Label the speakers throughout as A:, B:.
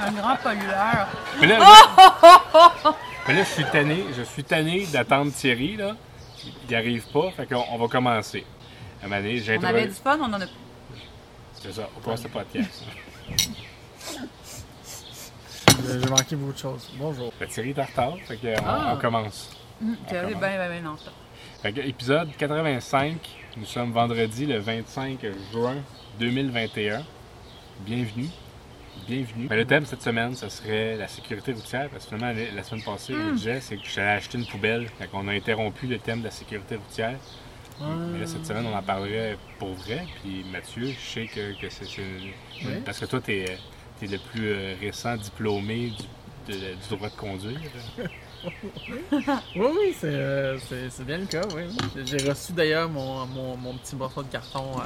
A: Un grand pollueur.
B: Mais là,
A: Oh!
B: là- mais là, je suis tanné, je suis tanné d'attendre Thierry, là. Il arrive pas, fait qu'on on va commencer. À un moment donné, j'ai
A: On avait
B: introduit...
A: du fun, on en a.
B: Ah, C'est ça, on commence le podcast.
C: Euh, J'ai manqué beaucoup de choses. Bonjour.
B: Fait que Thierry est en retard, fait qu'on
A: Ah.
B: on commence.
A: Hum, tu avais
B: commence.
A: bien, bien, bien longtemps.
B: Fait que, épisode 85, nous sommes vendredi le 25 juin 2021. Bienvenue. Bienvenue. Mais le thème cette semaine, ce serait la sécurité routière, parce que finalement, la- la semaine passée, le budget, c'est que je suis allé acheter une poubelle. Fait qu'on a interrompu le thème de la sécurité routière. Mais là, cette semaine, on en parlerait pour vrai. Puis Mathieu, je sais que, que c'est. c'est-
C: Oui.
B: Parce que toi, t'es euh, t'es le plus euh, récent diplômé du, de- du droit de conduire. là.
C: Oui, oui, c'est euh, c'est- c'est bien le cas, oui. J'ai- J'ai reçu d'ailleurs mon, mon, mon petit morceau de carton euh,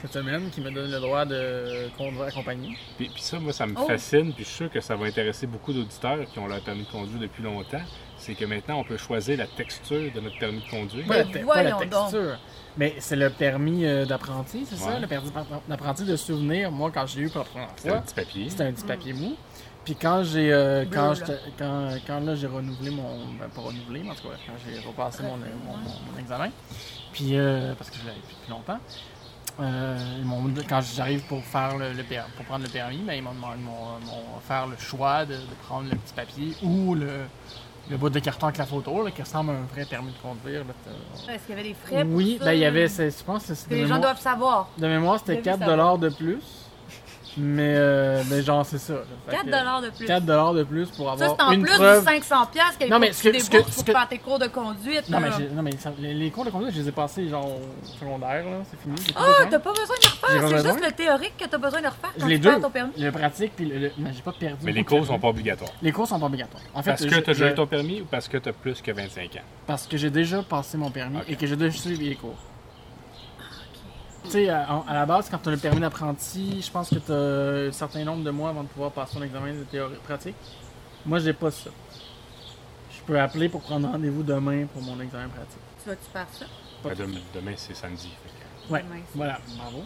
C: cette semaine qui me donne le droit de conduire accompagné.
B: Puis, puis ça, moi, ça me
A: Oh.
B: fascine. Puis je suis sûr que ça va intéresser beaucoup d'auditeurs qui ont leur permis de conduire depuis longtemps. C'est que maintenant, on peut choisir la texture de notre permis de conduire.
A: Ouais.
C: la te- pas la
A: voyons donc.
C: texture. Mais c'est le permis euh, d'apprenti, c'est ça?
B: Ouais.
C: Le permis d'apprenti de souvenir, moi, quand j'ai eu pour la première
B: C'est un
C: fois.
B: petit papier.
C: C'était un petit papier mou. Puis quand j'ai euh,
A: Mm-hmm. Bleu, là.
C: quand, j'étais- quand, quand là j'ai renouvelé mon ben, pas renouvelé mais en tout cas quand j'ai repassé mon, euh, mon, mon- mon examen puis euh, parce que je l'avais plus depuis longtemps euh, ils m'ont- quand j'arrive pour faire le, le per- pour prendre le permis ben, ils m'ont demandé m'ont- m'ont offert le choix de, de prendre le petit papier ou le, le bout de carton avec la photo là, qui ressemble à un vrai permis de conduire là, t'as-
A: Est-ce qu'il y avait des frais pour
C: oui
A: ça?
C: ben il y avait c'est- je pense que
A: Parce
C: c'est
A: que
C: de
A: les gens
C: mémoire-
A: doivent savoir.
C: de mémoire c'était
A: J'ai vu
C: 4
A: ça.
C: dollars de plus mais euh, mais genre c'est ça là. Fait
A: 4
C: que-
A: de plus.
C: 4 dollars de plus pour
A: ça,
C: avoir
A: c'est en
C: une
A: plus
C: preuve.
A: du 500$ piastres qu'il
C: Non,
A: faut
C: mais
A: que
C: ce
A: tu
C: que- ce que-
A: débourses
C: ce
A: pour
C: que-
A: faire tes cours de conduite.
C: Non mais,
A: là.
C: j'ai- non, mais ça- les, les cours de conduite, je les ai passés genre au secondaire, là, c'est fini. j'ai plus
A: Ah,
C: besoin.
A: t'as pas besoin de le
C: J'ai
A: refaire, c'est
C: besoin.
A: juste le théorique que t'as besoin de refaire
C: Je
A: quand
C: l'ai
A: tu
C: deux.
A: perds ton permis.
C: Le pratique, puis le. le- Mais j'ai pas perdu.
B: Mais les
C: beaucoup de
B: cours sont
C: temps.
B: pas obligatoires.
C: Les cours sont pas obligatoires. En fait, euh,
B: Parce que
C: je-
B: tu as déjà
C: je-
B: eu ton permis ou parce que tu as plus que 25 ans?
C: Parce que j'ai déjà passé mon permis
B: Ok.
C: et que j'ai déjà suivi les cours.
A: Ah,
C: Tu sais, à, à la base, quand tu as le permis d'apprenti, je pense que tu as un certain nombre de mois avant de pouvoir passer ton examen de théorie pratique. Moi, j'ai pas ça. Je peux appeler pour prendre rendez-vous demain pour mon examen pratique.
A: Tu vas-tu faire ça?
C: Pas
B: Ben,
C: de-
B: dem- demain, c'est samedi. fait que-
C: Ouais,
A: Mince.
C: voilà, bravo.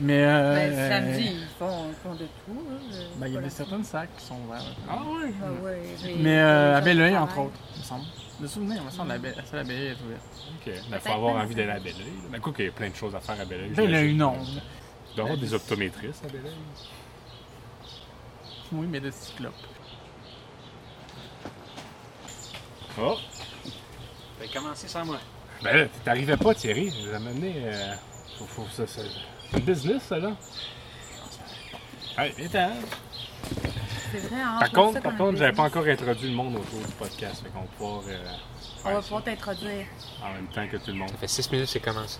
C: Mais. Euh,
A: Ben, samedi,
C: euh,
A: ils font, ils font de tout. hein, je-
C: ben, il y a
A: voilà.
C: des certaines sacs qui sont ouverts.
B: Ah ouais?
A: Ben ouais, j'ai-
C: Mais euh,
A: j'ai
C: à
A: des
C: Belleuil,
A: gens qui
C: entre
A: travaillent.
C: autres, il me semble. De souvenir, il me semble, la,
A: Mm.
C: Belle- la salle à Belleuil est ouverte.
B: OK. Il faut
A: Peut-être
B: avoir
A: pas
B: envie d'aller à
A: nécessaire.
B: Belleuil. là. Ben, quoi qu'il y ait plein de choses à faire à Belleuil.
C: Belleuil,
B: j'imagine.
C: non.
B: Tu dois avoir des optométristes à Belleuil.
C: Oui, mais de cyclopes.
B: Oh!
D: Fait commencer sans moi.
B: Ben là, t'arrivais pas, Thierry. Je les ai amenés. euh, faut, faut, ça, ça- c'est une business, ça, là. Hey, viens-t'en.
A: C'est vrai, hein,
B: Par
A: je trouve
B: contre,
A: ça
B: par
A: comme
B: contre,
A: un
B: j'avais pas
A: business.
B: encore introduit le monde autour du podcast. Fait qu'on va pouvoir euh,
A: On va
B: faire ça
A: pouvoir t'introduire.
B: en même temps que tout le monde.
D: Ça fait 6 Ben, minutes que j'ai commencé.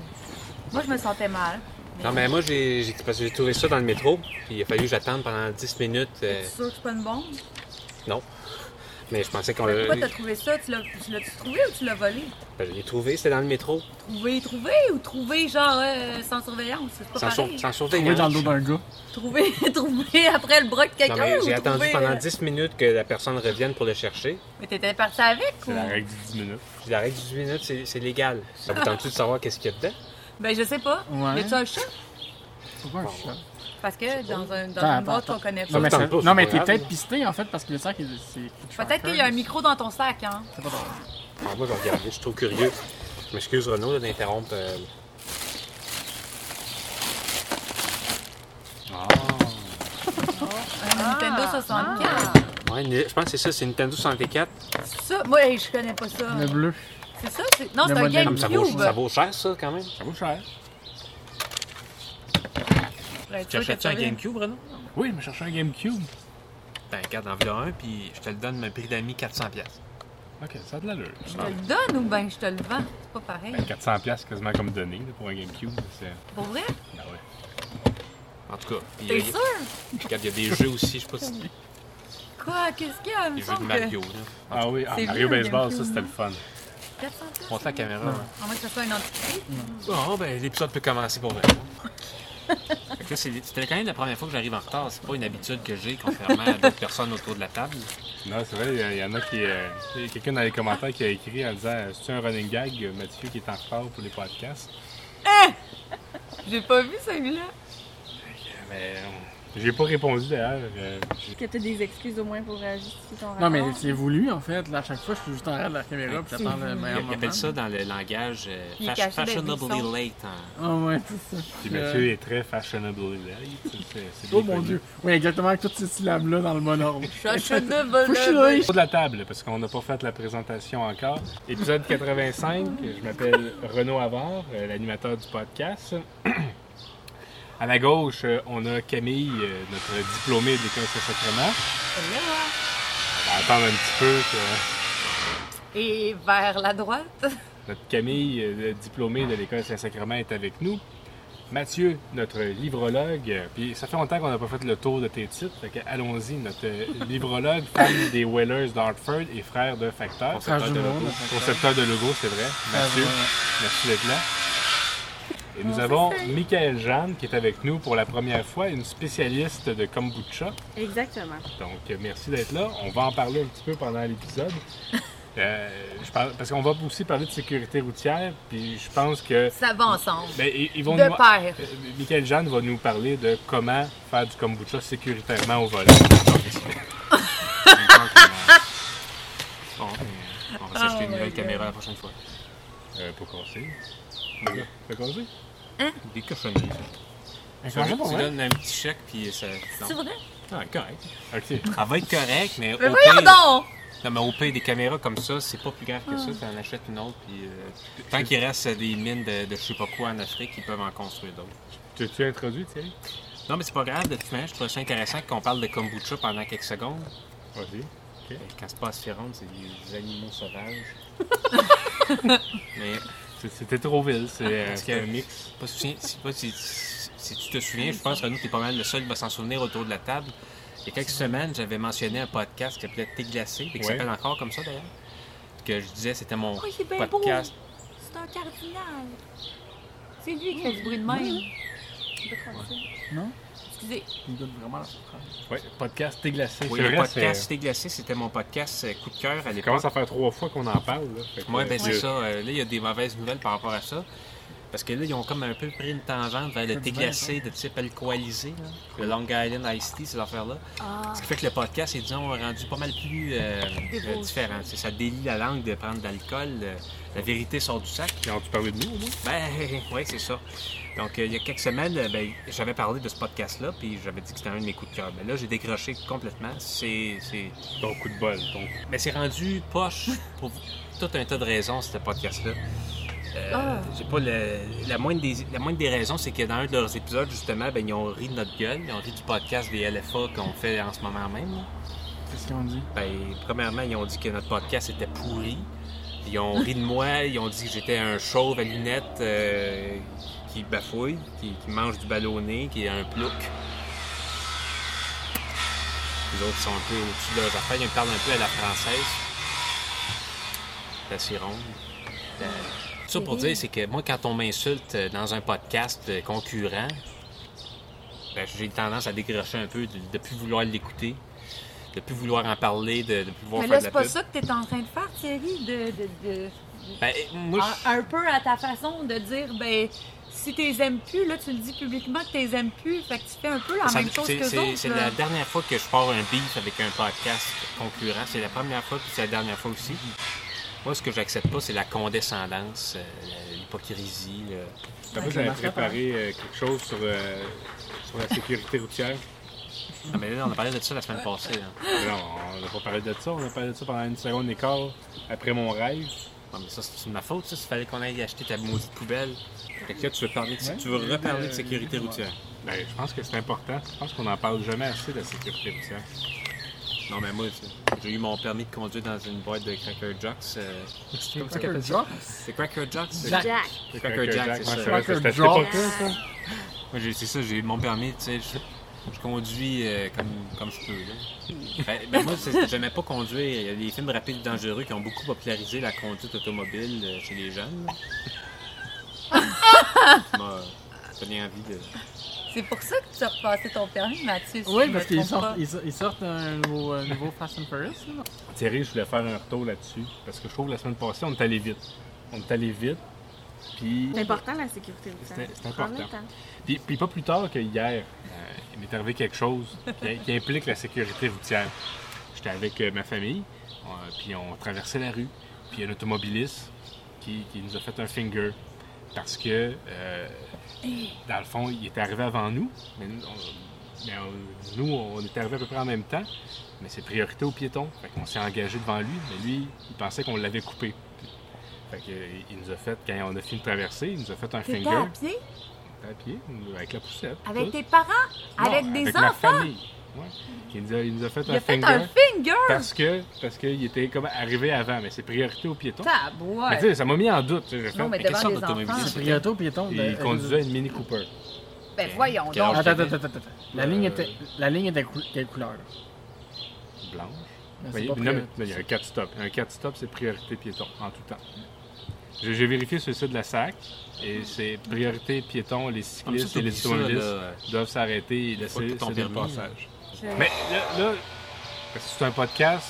A: Moi, je me sentais mal.
D: Non, mais moi, j'ai j'ai- parce que j'ai trouvé ça dans le métro, puis il a fallu que j'attende pendant 10 minutes. euh,
A: Tu es sûr que c'est pas une bombe?
D: non. Mais je pensais qu'on l'a.
A: Pourquoi t'as trouvé ça? Tu l'as- tu l'as-tu trouvé ou tu l'as volé?
D: Ben, je l'ai trouvé, c'était dans le métro.
A: Trouvé, trouvé ou trouvé genre euh, sans surveillance? C'est pas
D: Sans,
A: pareil.
D: sur, sans
C: Trouvé
D: surveillance.
C: Ah dans le dos d'un gars.
A: Trouvé, trouvé après le bras de
D: Non,
A: quelqu'un
D: mais
A: ou
D: j'ai attendu
A: trouvé,
D: pendant
A: euh,
D: 10 minutes que la personne revienne pour le chercher.
A: Mais t'étais parti avec
B: C'est
A: ou?
B: la règle du 10 minutes.
D: Puis la règle du 10 minutes, c'est c'est légal. Ça vous tente-tu de savoir qu'est-ce qu'il y a dedans?
A: Ben, je sais pas.
C: Ouais.
A: Y a-tu un chat?
C: Pourquoi un chat?
A: Parce que dans, un, dans
C: Attends,
A: une boîte
C: attends,
A: qu'on connaît
C: Non,
D: Ça
A: pas.
D: me
C: mais,
D: tente
C: c'est-
D: pas, c'est
C: non, mais
D: pas
C: t'es
D: grave.
C: peut-être pisté en fait parce que le sac, il- c'est.
A: Peut-être qu'il y a un micro dans ton sac, hein?
C: C'est pas drôle.
D: Ah, moi, je vais regarder, je suis trop curieux. Je m'excuse, Renaud, là, d'interrompre. euh,
B: Ah!
A: Un
C: Ah,
A: Nintendo 64.
D: ouais, ni- je pense que c'est ça, c'est Nintendo 64.
A: Ça, moi, hey, je connais pas ça.
C: Le bleu.
A: C'est ça? c'est- Non,
C: Le
A: c'est un
C: modèle.
D: Comme
A: GameCube.
D: Ah, ça vaut, ça vaut cher, ça, quand même.
B: Ça vaut cher.
A: Pour être
D: Tu
A: sûr Ben, que
D: achètes-tu
A: ça
D: un
A: vient.
D: GameCube, Renaud?
B: Oui, il m'a cherché un GameCube.
D: Ben, regarde, en voilà un, puis je te le donne, mon prix d'ami, 400$. piastres.
B: Ok, ça a de l'allure.
A: Je te le donne ou ben je te le vends? C'est pas pareil.
B: Ben, 400$ piastres, quasiment comme donné là, pour un GameCube. C'est...
A: Pour vrai?
B: Ben ouais.
D: En tout cas, puis,
A: T'es
D: il y a-
A: sûr?
D: regarde, il y a des jeux aussi, je sais pas si
A: Quoi? Qu'est-ce qu'il y a? Il me
D: des jeux de
A: semble
D: Mario.
A: que...
D: Là.
B: Ah oui, ah,
A: C'est
B: Mario
A: vieux, un
B: Baseball, ça
A: GameCube,
B: c'était le
A: non?
B: fun.
A: 400
D: Montre la caméra. hein.
A: À moins que ce soit une entité.
D: Bon, ben, l'épisode peut commencer pour vrai. Fait que là, c'est- C'était quand même la première fois que j'arrive en retard. C'est pas une habitude que j'ai, contrairement à d'autres personnes autour de la table.
B: Non, c'est vrai, il y a- il y, en a qui. euh, il y a quelqu'un dans les commentaires qui a écrit en disant euh, C'est-tu un running gag, euh, Mathieu, qui est en retard pour les podcasts
A: J'ai pas vu celui-là.
B: Mais euh, J'ai pas répondu d'ailleurs. euh, j'ai-
E: Est-ce que t'as des excuses au moins pour euh, justifier
A: Ah
E: ton
C: Non,
E: rapport?
C: mais c'est voulu, en fait. Là, à chaque fois, je suis juste en arrière de la caméra, puis j'attends le
E: voulu.
C: meilleur
D: Ils
C: moment.
D: appellent ça dans le langage euh,
E: Il est
D: fash-
E: caché dans les
D: fashionably
E: buissons.
D: late. en-
C: Ah ouais, c'est ça.
B: Puis
C: Euh,
B: Mathieu est très fashionable. là. Il- c'est- c'est- c'est
C: Oh
B: bien
C: mon
B: connu.
C: dieu. Oui, exactement, avec toutes ces syllabes-là dans le bon ordre. Faut que je
A: Fashionable.
C: suis
B: Autour de la table, parce qu'on n'a pas fait la présentation encore. Épisode 85, je m'appelle Renaud Avard, euh, l'animateur du podcast. À la gauche, euh, on a Camille, euh, notre diplômée de l'École Saint-Sacrement. On va attendre un petit peu que
A: Et vers la droite.
B: notre Camille, euh, le diplômée de l'École Saint-Sacrement, est avec nous. Mathieu, notre livrologue. euh, Puis ça fait longtemps qu'on n'a pas fait le tour de tes titres. Fait que allons-y, notre euh, livrologue, femme des Wellers d'Hartford et frère de Facteur.
C: Frère du
B: de
C: monde,
B: logo.
C: Facteur.
B: Concepteur de logo, c'est vrai. Mathieu. Merci d'être là. Et nous avons Michael Jeanne qui est avec nous pour la première fois, une spécialiste de kombucha.
E: Exactement.
B: Donc euh, merci d'être là. On va en parler un petit peu pendant l'épisode. Euh, je parle- parce qu'on va aussi parler de sécurité routière. Puis je pense que
A: Ça va ensemble.
B: ben, ils, ils vont
A: De
B: nous-
A: pair.
B: euh, Michael Jeanne va nous parler de comment faire du kombucha sécuritairement au volant.
D: Bon, euh, on va s'acheter une
A: my
D: nouvelle
A: God.
D: caméra la prochaine fois.
B: Euh, pour casser. Pour casser?
D: Des cochonneries.
C: D'accord,
D: tu
C: pour vrai.
D: donnes un petit chèque, puis ça. non.
A: C'est vrai?
D: Ah, correct.
B: Ok.
D: Elle va être correcte, mais,
A: Mais
D: au
A: voyons
D: pire-
A: donc!
D: Non, mais au pire, des caméras comme ça, c'est pas plus grave que ça. Tu en achètes une autre, puis euh, tant qu'il reste des mines de, de je sais pas quoi en Afrique, ils peuvent en construire d'autres.
B: Tu tu as introduit, Thierry?
D: Non, mais c'est pas grave, de toute manière, je trouve ça intéressant qu'on parle de kombucha pendant quelques secondes.
B: Vas-y.
D: Euh, Quand c'est pas assez rond, c'est des animaux sauvages. mais
B: C'est- C'était trop ville, c'est euh,
D: Ah, Parce que-
B: c'est un mix.
D: pas souci- si, pas si, si- si tu te souviens, je pense que nous, t'es pas mal le seul qui va s'en souvenir autour de la table. Il y a quelques semaines, j'avais mentionné un podcast qui s'appelait Thé glacé, et qui
B: Ouais.
D: s'appelle encore comme ça d'ailleurs. Que je disais, c'était mon
A: Oh, il est bien beau!
D: podcast.
A: C'est un cardinal. C'est lui qui fait du bruit de même.
E: Je peux continuer.
A: Excusez.
C: Il me donne vraiment la surprise.
B: Ouais, podcast déglacé.
D: Oui,
B: C'est
D: le
B: vrai,
D: podcast
B: c'est-
D: Thé glacé, c'était mon podcast euh, coup de cœur à
B: Ça
D: l'époque.
B: commence à faire trois fois qu'on en parle. Là. Fait que,
D: Oui, ben
B: euh,
D: c'est ça. Euh, là, il y a des mauvaises nouvelles par rapport à ça. Parce que là, ils ont comme un peu pris une tangente vers le thé
C: du vin,
D: glacé de type alcoolisé, là. le Long Island Iced Tea, ces affaires-là. Ce qui fait que le podcast est, disons, rendu pas mal plus euh, euh, différent. C'est- Ça délie la langue de prendre de l'alcool. euh, la vérité sort du sac.
B: Ils ont-tu parlé de nous, au moins?
D: Ben, oui, c'est ça. Donc, euh, il y a quelques semaines, euh, ben, j'avais parlé de ce podcast-là, puis j'avais dit que c'était un de mes coups de cœur. Mais là, j'ai décroché complètement. C'est- c'est
B: Ton coup de bol. Ton...
D: mais c'est rendu poche pour tout un tas de raisons, ce podcast-là. Euh,
A: Ah.
D: J'ai pas le- la, moindre des, la moindre des raisons, c'est que dans un de leurs épisodes, justement, ben, ils ont ri de notre gueule, ils ont ri du podcast des LFA qu'on fait en ce moment même. là.
C: Qu'est-ce qu'on dit?
D: Ben, premièrement, ils ont dit que notre podcast était pourri. Ils ont ri de moi, ils ont dit que j'étais un chauve à lunettes euh, qui bafouille, qui, qui mange du ballonné, qui est un plouc. Les autres sont un peu au-dessus de leurs affaires, ils me parlent un peu à la française. La sironde. Euh, tout ça pour dire, c'est que moi, quand on m'insulte euh, dans un podcast euh, concurrent, ben, j'ai tendance à décrocher un peu, de ne plus vouloir l'écouter, de plus vouloir en parler, de ne plus vouloir
A: Mais
D: faire
A: là,
D: de la
A: c'est
D: pub.
A: pas ça que t'es en train de faire, Thierry. De, de, de-
D: Ben, moi, je-
A: un, un peu à ta façon de dire, ben, si t'es aimes plus, là, tu le dis publiquement que t'es aimes plus. Fait que tu fais un peu la
D: Ça-
A: même chose
D: c'est-
A: que
D: c'est-
A: autres.
D: C'est
A: là.
D: la dernière fois que je pars un beef avec un podcast concurrent. C'est la première fois, puis c'est la dernière fois aussi. Moi, ce que j'accepte pas, c'est la condescendance, euh, la- l'hypocrisie. le-
B: Après,
C: Ouais,
B: j'avais
C: je m'en
B: préparé euh, quelque chose sur, euh, sur la sécurité routière.
D: Ah, mais là, on a parlé de ça la semaine passée. hein. là.
B: Mais non, on n'a pas parlé de ça. On a parlé de ça pendant une seconde et quart après mon rêve.
D: Non, mais ça, c'est de ma faute, ça. Il fallait qu'on aille acheter ta maudite poubelle. Fait que là, tu veux, parler de-
C: Ouais.
D: tu veux reparler de
C: Euh,
D: sécurité
C: ouais.
D: routière.
B: Ben, je pense que c'est important. Je pense qu'on n'en parle jamais assez de la sécurité routière.
D: Non, mais moi, c'est- j'ai eu mon permis de conduire dans une boîte de Cracker Jocks. euh, c'est comme ça qu'elle appelle ça? C'est Cracker Jocks? c'est-
C: Jack.
E: Jack.
D: C'est Cracker Jacks, c'est
B: ouais,
D: ça.
B: c'est vrai,
C: Cracker
B: c'était à cette
C: Jack.
B: époque-là, ça.
D: Moi, j'ai- c'est ça, j'ai mon permis, tu sais, je, je conduis euh, comme, comme je peux. Là. Ben, ben, moi, c'est- j'aimais pas conduire. Il y a des films rapides et dangereux qui ont beaucoup popularisé la conduite automobile euh, chez les jeunes. là. Ça m'a donné envie de.
A: C'est pour ça que tu as repassé ton permis, Mathieu. si je
C: Oui,
A: me
C: parce qu'ils
A: trompe
C: sortent,
A: pas.
C: ils sortent- ils sortent un nouveau, un nouveau Fast and Furious. là.
B: Thierry, je voulais faire un retour là-dessus. Parce que je trouve que la semaine passée, on est allé vite. On est allé vite. Puis.
E: C'est important la sécurité routière.
B: C'est- c'est
E: Prends le
B: important.
E: temps.
B: Puis, puis pas plus tard que hier, euh, il m'est arrivé quelque chose qui, qui implique la sécurité routière. J'étais avec euh, ma famille, euh, puis on traversait la rue, puis il y a un automobiliste qui, qui nous a fait un finger parce que, euh, dans le fond, il était arrivé avant nous, mais, nous, on- mais on- nous, on était arrivés à peu près en même temps, mais c'est priorité aux piétons. Fait qu'on s'est engagé devant lui, mais lui, il pensait qu'on l'avait coupé. Fait que, euh, il nous a fait, quand on a fini de traverser, il nous a fait un
A: T'étais
B: finger
A: à pied?
B: à pied, avec la poussette. tout.
A: Avec tes parents?
B: Non,
A: avec des
B: ma
A: enfants?
B: famille. Ouais. Il, nous a, il nous a fait
A: Il
B: un
A: a fait
B: finger.
A: un finger!
B: Parce que parce qu'il était comme arrivé avant, mais c'est priorité aux piétons. Mais tu
A: Tabouette!
B: sais, ça m'a mis en doute. tu sais, j'ai fait,
A: Non, mais
B: mais
A: devant
D: quelle sorte
A: des enfants.
D: d'automobiliste?
C: C'est priorité aux piétons.
B: Il
C: de- euh,
B: conduisait une Mini Cooper.
A: Ben voyons
D: Quel
A: donc!
D: âge?
C: Attends, attends, attends, attends. La
B: Euh,
C: ligne était, la ligne était cou- quelle couleur?
B: Blanche. Mais
C: Mais c'est
B: Ben, il-
C: pas
B: non,
C: priori-
B: mais, mais il y a un 4 stop. Un 4 stop, c'est priorité piéton en tout temps. J'ai j'ai vérifié sur le site de la SAC et c'est priorité piéton. Les
D: Comme Ah, ça,
B: cyclistes et les
D: t'oublies ça,
B: automobilistes
D: là.
B: doivent s'arrêter et laisser
D: fois que t'as ton
B: céder le
D: permis, là.
B: passage.
E: Je-
B: Mais là, là, parce que c'est un podcast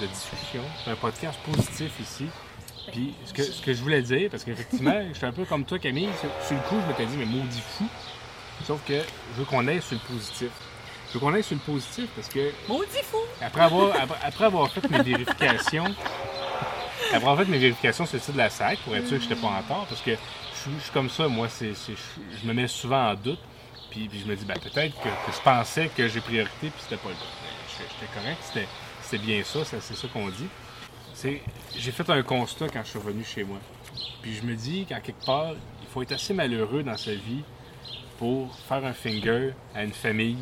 B: de discussion, c'est un podcast positif ici. Puis ce que, ce que je voulais dire, parce qu'effectivement, je suis un peu comme toi, Camille, sur, sur le coup, je m'étais dit, mais maudit fou. Sauf que je veux qu'on aille sur le positif. Je veux qu'on aille sur le positif parce que
A: Maudit fou!
B: après avoir, après, après avoir fait mes vérifications, après avoir fait mes vérifications sur le site de la SAC, pour être sûr que je n'étais pas en tort, parce que je, suis- je suis comme ça, moi, c'est, c'est- je, je me mets souvent en doute, puis, puis je me dis, ben, peut-être que, que je pensais que j'ai priorité, puis c'était pas le cas. Mais j'étais- J'étais correct, c'était, c'était bien ça, ça, c'est ça qu'on dit. C'est, j'ai fait un constat quand je suis revenu chez moi. Puis je me dis qu'à quelque part, il faut être assez malheureux dans sa vie pour faire un finger à une famille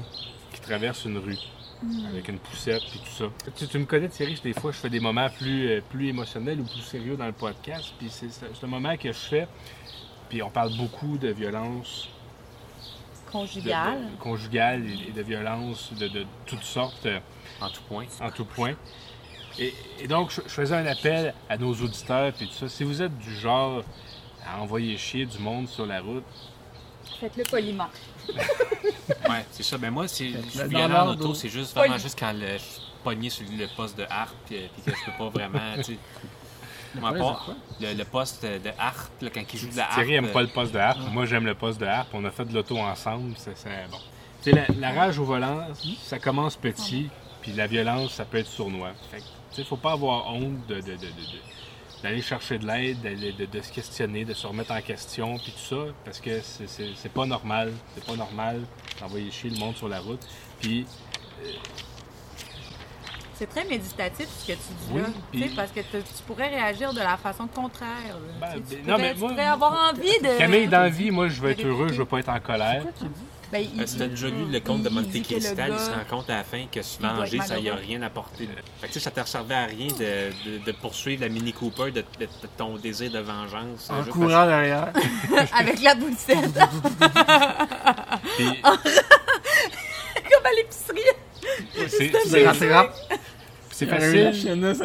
B: qui traverse une rue avec une poussette puis tout ça. Tu, tu me connais Thierry, des fois je fais des moments plus, euh, plus émotionnels ou plus sérieux dans le podcast, puis c'est c'est- c'est un moment que je fais, puis on parle beaucoup de violence de- de-
A: Conjugal.
B: conjugale et et de violence de, de toutes sortes euh,
D: En tout point.
B: en tout point. Et, et donc je, je faisais un appel à nos auditeurs puis tout ça. Si vous êtes du genre à envoyer chier du monde sur la route,
E: Faites-le poliment.
D: Ouais, c'est ça. Ben moi, c'est, je suis
C: Euh, Dans
D: violent en
C: l'ordre.
D: auto, c'est juste vraiment juste quand le, je suis pogné sur le poste de harpe puis, puis que je peux pas vraiment, tu sais. Moi, à
C: Ouais,
D: part
C: c'est quoi?
D: le, le poste de harpe, là, quand il joue de la harpe.
B: Thierry aime pas
D: euh,
B: le poste de harpe. Moi, j'aime le poste de harpe. On a fait de l'auto ensemble. C'est c'est bon. Tu sais, la, la rage au volant, ça commence petit, puis la violence, ça peut être sournois. Fait que, tu sais, faut pas avoir honte de- de- de- de- de- d'aller chercher de l'aide, d'aller- de, de se questionner, de se remettre en question, puis tout ça, parce que c'est- c'est c'est pas normal. C'est pas normal d'envoyer chier le monde sur la route. Puis
A: C'est très méditatif ce que tu dis
B: Oui,
A: là.
B: puis-
A: Tu sais, Parce que tu tu pourrais réagir de la façon contraire. là.
B: Ben,
A: Tu sais, tu
B: ben, non,
A: pourrais-
B: mais
A: tu
B: moi-
A: pourrais avoir envie de.
B: Camille, dans la vie, moi, je veux être heureux, je veux pas être en colère.
A: Ben, il-
D: euh, si t'as déjà lu le conte de
A: il- il
D: Monte
A: dit que le
D: Cristo, il se
A: gars-
D: rend compte à la fin que se
A: doit être
D: venger, ça y a
A: malheureux.
D: rien apporté. Fait que, tu sais, ça te servait à rien de, de- de poursuivre la Mini Cooper de, de- de ton désir de vengeance.
C: En
D: euh, juste
C: courant derrière.
A: Avec la poussette.
B: Puis
A: Comme à l'épicerie.
B: c'est-
C: C'est
B: c'est-
C: rap.
B: c'est
C: Facile.
B: facile.
C: chaîne, là, ça-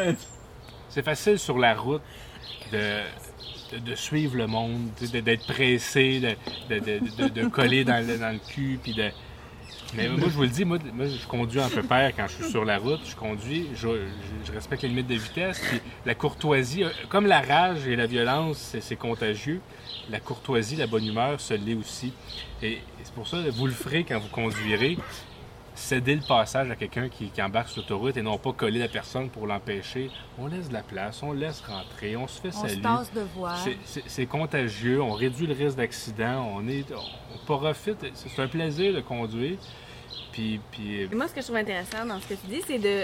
B: C'est facile sur la route de, de, de suivre le monde, tu sais, de- d'être pressé, de, de, de- de- de coller dans le, dans le cul, puis de. Mais moi, je vous le dis, moi, moi, je conduis un peu père quand je suis sur la route. Je conduis, je, je- je respecte les limites de vitesse. Puis la courtoisie, euh, comme la rage et la violence, c'est- c'est contagieux, la courtoisie, la bonne humeur, se l'est aussi. Et c'est pour ça, vous le ferez quand vous conduirez, céder le passage à quelqu'un qui, qui embarque sur l'autoroute et non pas coller la personne pour l'empêcher. On laisse de la place, on laisse rentrer, on se fait
A: On se
B: saluer.
A: tasse de voix.
B: C'est- C'est c'est contagieux, on réduit le risque d'accident, on est on profite, c'est c'est un plaisir de conduire. Puis, puis euh,
E: Et Moi, ce que je trouve intéressant dans ce que tu dis, c'est de,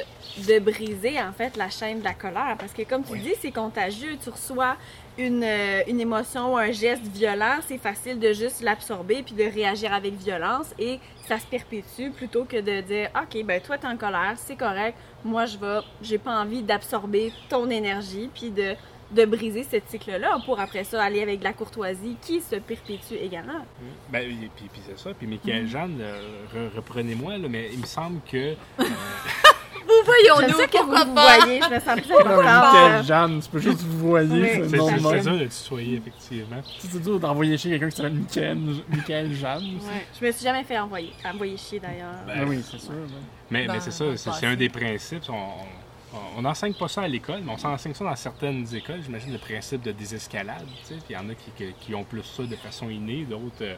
E: de briser en fait la chaîne de la colère. Parce que comme tu dis, c'est contagieux. Tu reçois une, euh, une émotion ou un geste violent, c'est facile de juste l'absorber puis de réagir avec violence et ça se perpétue plutôt que de dire OK, ben toi, t'es en colère, c'est correct. Moi, je vais, j'ai pas envie d'absorber ton énergie puis de, de briser ce cycle-là pour après ça aller avec de la courtoisie qui se perpétue également.
B: ben, et puis, puis c'est ça. Puis Michael Jeanne, euh, re- reprenez-moi, là, mais il me semble que.
A: Vous voyons
E: J'aime
A: nous
E: ça que vous
A: pourquoi
E: vous
A: pas.
E: voyez, je me sens plus
C: Comme Michael
E: importante.
C: Jeanne, tu peux juste vous voyer,
E: Oui.
C: c'est
B: C'est
C: le nom
B: c'est-
C: du
E: normal.
B: c'est
C: monde.
B: ça de tutoyer, effectivement.
C: C'est dur d'envoyer chez quelqu'un qui s'appelle Michael, Michael Jeanne. aussi.
E: Ouais. Je me suis jamais fait envoyer, envoyer chier d'ailleurs.
B: Ben,
C: Ah oui, c'est sûr. ouais.
B: Mais,
A: Ben,
B: mais c'est ça,
A: on va
B: c'est
A: passer.
B: c'est un des principes. On- on- On n'enseigne pas ça à l'école, mais on s'enseigne ça dans certaines écoles. J'imagine le principe de désescalade. tu sais. Puis il y en a qui, qui- qui ont plus ça de façon innée, d'autres euh,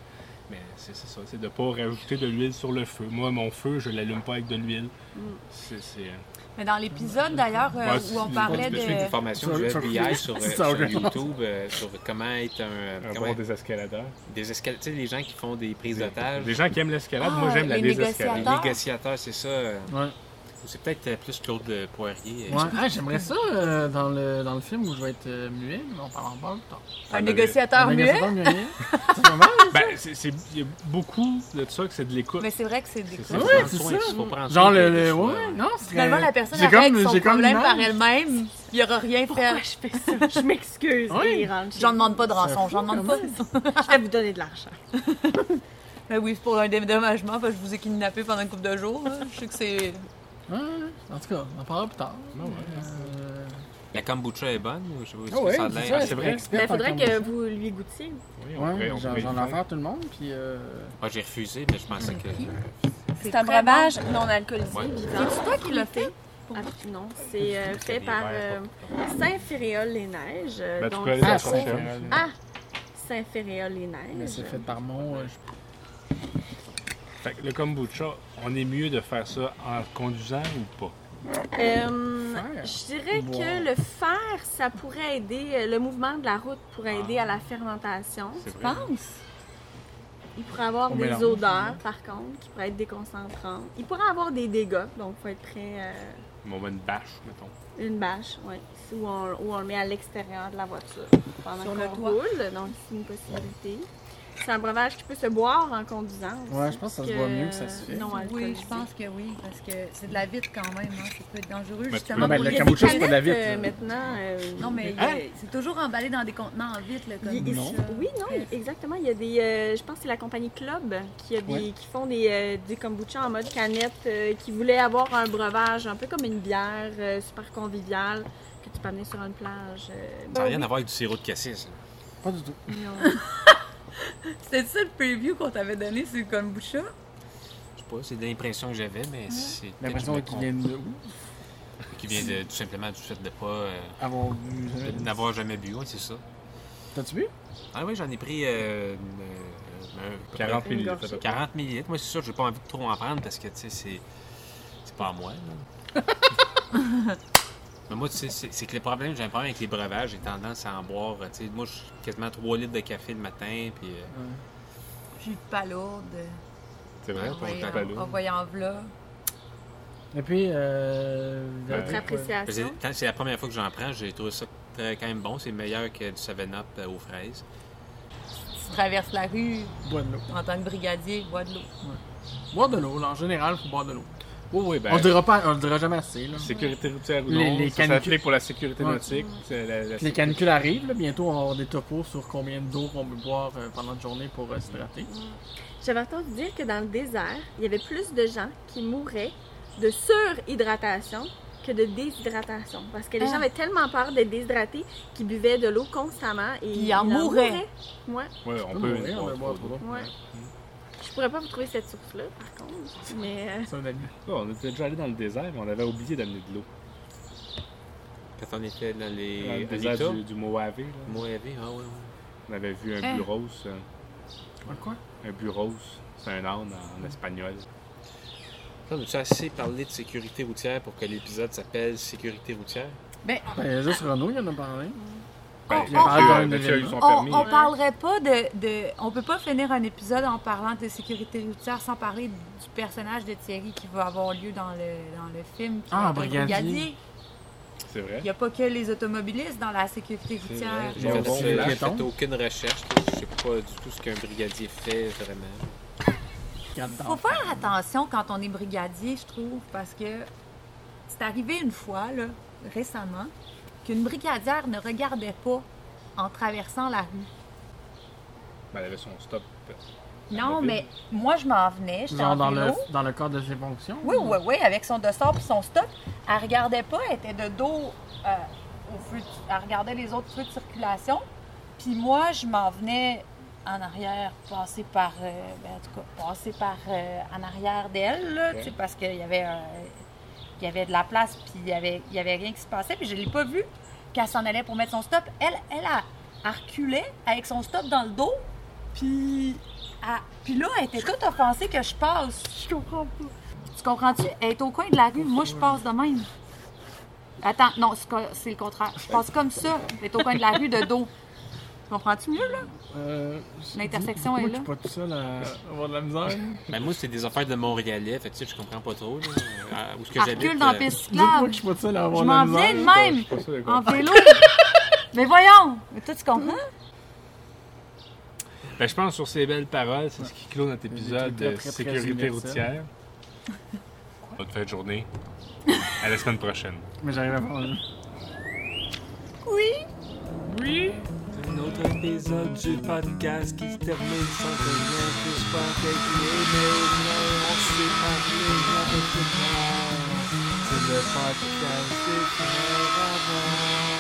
B: Mais c'est c'est ça, c'est de ne pas rajouter de l'huile sur le feu. Moi, mon feu, je l'allume pas avec de l'huile.
A: Mm.
B: C'est- c'est, euh,
A: Mais dans l'épisode d'ailleurs euh,
B: Ouais, si
A: où on
B: tu-
A: parlait
D: Tu peux suivre une
A: de.
D: formation
C: Sur-
D: du
C: sur-
D: FBI sur, euh,
C: sur-
D: sur
C: sur-
D: YouTube euh, sur comment être un. euh,
C: Ah,
B: un
D: comment-
B: bon désescaladeur.
D: des escal- tu sais, les gens qui font des prises d'otages.
B: Les gens qui aiment l'escalade,
A: Ah,
B: moi j'aime la
A: les
D: Les
B: désescalade.
A: négociateurs.
D: négociateurs, c'est ça. euh,
C: Ouais.
D: ou C'est peut-être euh, plus Claude euh, Poirier. euh,
C: Ouais. Ah, j'aimerais ça euh, dans, le, dans le film où je vais être euh, muet, mais on parlera pas plus tard.
A: Un négociateur
C: Un
A: muet.
C: négociateur muet. C'est pas mal.
B: Ben, c'est- c'est- il y a beaucoup de ça que c'est de l'écoute.
A: Mais c'est vrai que c'est des
D: ça,
C: Ah Ouais,
D: faut prendre
C: c'est
D: soin,
C: ça.
D: faut prendre
C: Genre
D: soin
C: le.
D: de-
C: le-
D: de soi.
C: ouais, non, c'est
A: Finalement, la personne
C: j'ai
A: elle
C: comme-
A: règle son
C: j'ai comme
A: problème
C: une
A: par
C: image.
A: elle-même. Il n'y aura rien
E: Pourquoi
A: fait.
E: je fais ça? Je m'excuse,
C: Oui.
E: les ranchers.
A: J'en demande pas de rançon,
C: C'est
A: j'en
C: fou,
A: demande
C: quand
A: pas.
C: même.
E: Je vais vous donner de l'argent.
A: Ben oui, c'est pour un dédommagement, parce que je vous ai kidnappé pendant une couple de jours. là. Je sais que c'est.
C: Ouais, en tout cas, on en parlera plus tard.
B: Non, ouais.
C: Euh,
D: La kombucha est bonne, ou je sais pas
C: Ah
D: si
C: ouais,
D: ça a
C: c'est
D: l'air.
C: ça,
B: c'est vrai.
E: Il
C: expert
E: Ben, faudrait
C: en
E: que
C: combo.
E: vous lui goûtiez.
B: Oui, on pourrait-
C: Ouais,
B: on
C: j'en
B: pourrait
C: j'en
B: le
C: ai
B: faire.
C: offert à tout le monde, puis. euh,
D: Moi, Ah, j'ai refusé, mais je pensais que.
E: C'est
A: un breuvage
E: non alcoolisé
D: Ouais.
E: vivant.
A: C'est toi qui l'as fait.
E: Ah, non, c'est euh, fait par euh, Saint-Féréol-les-Neiges. euh,
B: Ben, tu
E: donc-
B: peux aller
C: Ah,
B: dans
C: c'est
B: son
C: vrai. Ah,
B: chef.
E: Ah! Saint-Féréol-les-Neiges.
C: Mais c'est fait par mon. euh,
B: Fait que le kombucha, on est mieux de faire ça en conduisant ou pas?
E: Euh,
C: Faire.
E: je dirais
C: Boire.
E: que le fer, ça pourrait aider, euh, le mouvement de la route pourrait aider
B: Ah.
E: à la fermentation.
B: C'est vrai.
A: Pense.
E: Il pourrait avoir
C: On
E: des
C: mélange,
E: odeurs, par contre, qui pourraient être déconcentrantes. Il pourrait avoir des dégâts, donc il faut être très... euh,
B: Bon, ben, une bâche, mettons.
E: Une bâche, oui. Où on, où on le met à l'extérieur de la voiture pendant
A: Sur
E: qu'on
A: le toit.
E: roule. Donc, c'est une possibilité. C'est un breuvage qui peut se boire en conduisant. aussi,
C: Ouais, je pense que ça se boit mieux que ça se fait.
E: Non,
F: Oui,
E: alcoolisé.
F: je pense que oui, parce que c'est de la vitre quand même. Hein. Ça peut être dangereux,
B: Mais
F: justement.
B: tu peux-
F: pour
C: Ben,
F: les-
C: le kombucha, c'est pas de la
E: Canette, euh,
C: vitre.
E: maintenant. euh,
F: Non, mais il y a-
C: Hein?
F: c'est toujours emballé dans des contenants en vitre, le
E: il- il-
F: kombucha.
E: oui, non, il- exactement. Il y a des, euh, je pense que c'est la compagnie Club qui, a des-
C: Ouais.
E: qui font des, euh, des kombucha en mode canette, euh, qui voulait avoir un breuvage un peu comme une bière euh, super conviviale que tu peux amener sur une plage. euh,
D: Ça n'a
C: Ben
D: rien à voir avec du sirop de cassis. là.
C: Pas du tout.
E: non.
F: C'était ça le preview qu'on t'avait donné sur le kombucha?
D: Je sais pas, c'est l'impression que j'avais, mais c'est.
C: L'impression
D: peut-être
C: qu'ils
D: qu'on-
C: viennent de où
D: qui vient de- tout simplement du fait de pas. euh,
C: Avoir bu.
D: de
C: jamais-
D: n'avoir jamais bu, ouais, c'est ça.
C: T'as-tu bu
D: Ah oui, j'en ai pris. euh, une- euh, un-
B: 40
E: Une
B: minutes.
E: gorgée.
B: peut-être.
D: 40 millilitres. Moi, c'est sûr, j'ai pas envie de trop en prendre parce que, tu sais, c'est. C'est pas à moi, là. Mais moi, tu sais, c'est c'est que le problème, j'ai un problème avec les breuvages, j'ai tendance à en boire. euh, Tu sais, moi, je suis quasiment 3 litres de café le matin, puis. euh,
A: J'ai eu pas lourde.
B: C'est vrai,
D: Ah,
B: pour
D: ouais,
B: le
D: on-
B: tapalou.
A: En voyant là.
C: Et puis. Euh,
B: Ben,
E: Votre
D: c'est-
E: appréciation.
D: quand c'est la première fois que j'en prends, j'ai trouvé ça très, quand même bon. C'est meilleur que du 7-Up euh, aux fraises.
A: Tu traverses la rue
C: Bois de l'eau.
A: en tant que brigadier, bois de l'eau.
C: Boire de l'eau, là, en général, faut boire de l'eau.
B: Oui, oui, ben,
C: on, le dira pas, on le dira jamais assez. Là.
B: sécurité routière ou
C: Les-
B: non,
C: les
B: ça
C: canicules.
B: s'applique pour la sécurité
C: Ouais.
B: nautique. c'est la- la-
C: Les canicules arrivent, là, bientôt on va avoir des topos sur combien d'eau qu'on peut boire euh, pendant la journée pour euh, s'hydrater.
E: J'avais entendu dire que dans le désert, il y avait plus de gens qui mouraient de surhydratation que de déshydratation. Parce que les
A: Ah.
E: gens avaient tellement peur d'être déshydratés qu'ils buvaient de l'eau constamment et
A: Ils en mouraient.
E: Moi,
B: Ouais, on peut.
C: mourir,
B: on
C: de
B: peut-
C: boire trop d'eau.
E: ouais. Je pourrais pas vous trouver cette source-là, par contre. Mais euh,
C: C'est un ami.
B: Ouais, on était déjà allé dans le désert, mais on avait oublié d'amener de l'eau.
D: Quand on était dans
B: Dans le
D: les.
B: désert
D: Alita,
B: du, du Mojave, là,
D: Moi, il y avait, ah ouais, ouais.
B: on avait vu un
A: Hein?
B: bureau, euh,
A: Ah,
C: Un quoi
B: un bureau, c'est un âne en, en espagnol.
C: Oh,
D: Là, on a assez parlé de sécurité routière pour que l'épisode s'appelle Sécurité routière?
C: Ben, juste Renaud, il en a parlé. oh,
B: Ben,
A: on-
B: Mathieu,
C: on-
B: Mathieu a eu son
C: oh,
A: On,
B: permis.
A: Oh, on parlerait pas de, de. On peut pas finir un épisode en parlant de sécurité routière sans parler du personnage de Thierry qui va avoir lieu dans le, dans le film. qui
C: Ah,
A: va être
C: brigadier.
B: C'est vrai.
A: Il n'y a pas que les automobilistes dans la sécurité routière.
D: J'ai
C: Bon,
D: fait,
C: bon,
D: j'ai
C: là,
D: fait
C: mettons.
D: aucune recherche. là. Je sais pas du tout ce qu'un brigadier fait vraiment.
C: Regarde
A: faut
C: dedans.
A: faire attention quand on est brigadier, je trouve, parce que c'est arrivé une fois, là, récemment, qu'une brigadière ne regardait pas en traversant la
C: Ah,
A: rue.
B: Ben, elle avait son stop.
A: Non,
B: mobile.
A: mais moi, je m'en venais, j'étais
C: Genre
A: en
C: dans
A: vélo.
C: le, dans le cadre de ses fonctions.
A: Oui, oui, oui, avec son dossard puis son stop. Elle regardait pas, elle était de dos euh, au feu. de- Elle regardait les autres feux de circulation. Puis moi, je m'en venais en arrière, passer par. euh, ben, en tout cas, passer par. euh, en arrière d'elle, là,
B: Ok.
A: tu sais, parce qu'il y avait. euh, il y avait de la place, puis il y avait, il y avait rien qui se passait, puis je l'ai pas vu qu'elle s'en allait pour mettre son stop. Elle, elle a, a reculé avec son stop dans le dos, puis à- Puis là, elle était toute offensée que je passe.
E: Je comprends pas.
A: Tu comprends-tu? Elle est au coin de la rue. Moi, je passe de même. Attends, non, c'est co- c'est le contraire. Je passe comme ça. Elle est au coin de la rue de dos. Tu comprends-tu mieux, là?
C: Euh,
A: L'intersection
C: pourquoi
A: est là.
C: Je suis pas tout seul à avoir de la misère.
D: Ben, moi, c'est des affaires de Montréalais, fait que tu sais, je comprends pas trop. Là, Euh, où est-ce que
A: Elle
D: j'habite?
A: recule dans
D: euh,
A: la piste
C: Dis-moi que
A: cyclable.
C: je suis pas tout seul à
A: Je
C: avoir de la
A: m'en
C: misère.
A: viens de
B: Je suis
A: même,
B: pas sûr de quoi.
A: en vélo. Mais voyons! Mais toi, tu comprends?
B: Ben, je pense sur ces belles paroles, c'est ce qui clôt notre épisode de
C: Des trucs très, très, très
B: sécurité
C: universels.
B: routière. Bonne fin de journée. À la semaine prochaine.
C: Mais j'arrive à prendre.
G: Un autre épisode du podcast qui se termine sans que rien puisse faire régler, mais non, on s'est parlé avec le temps. C'est le podcast des frères avant.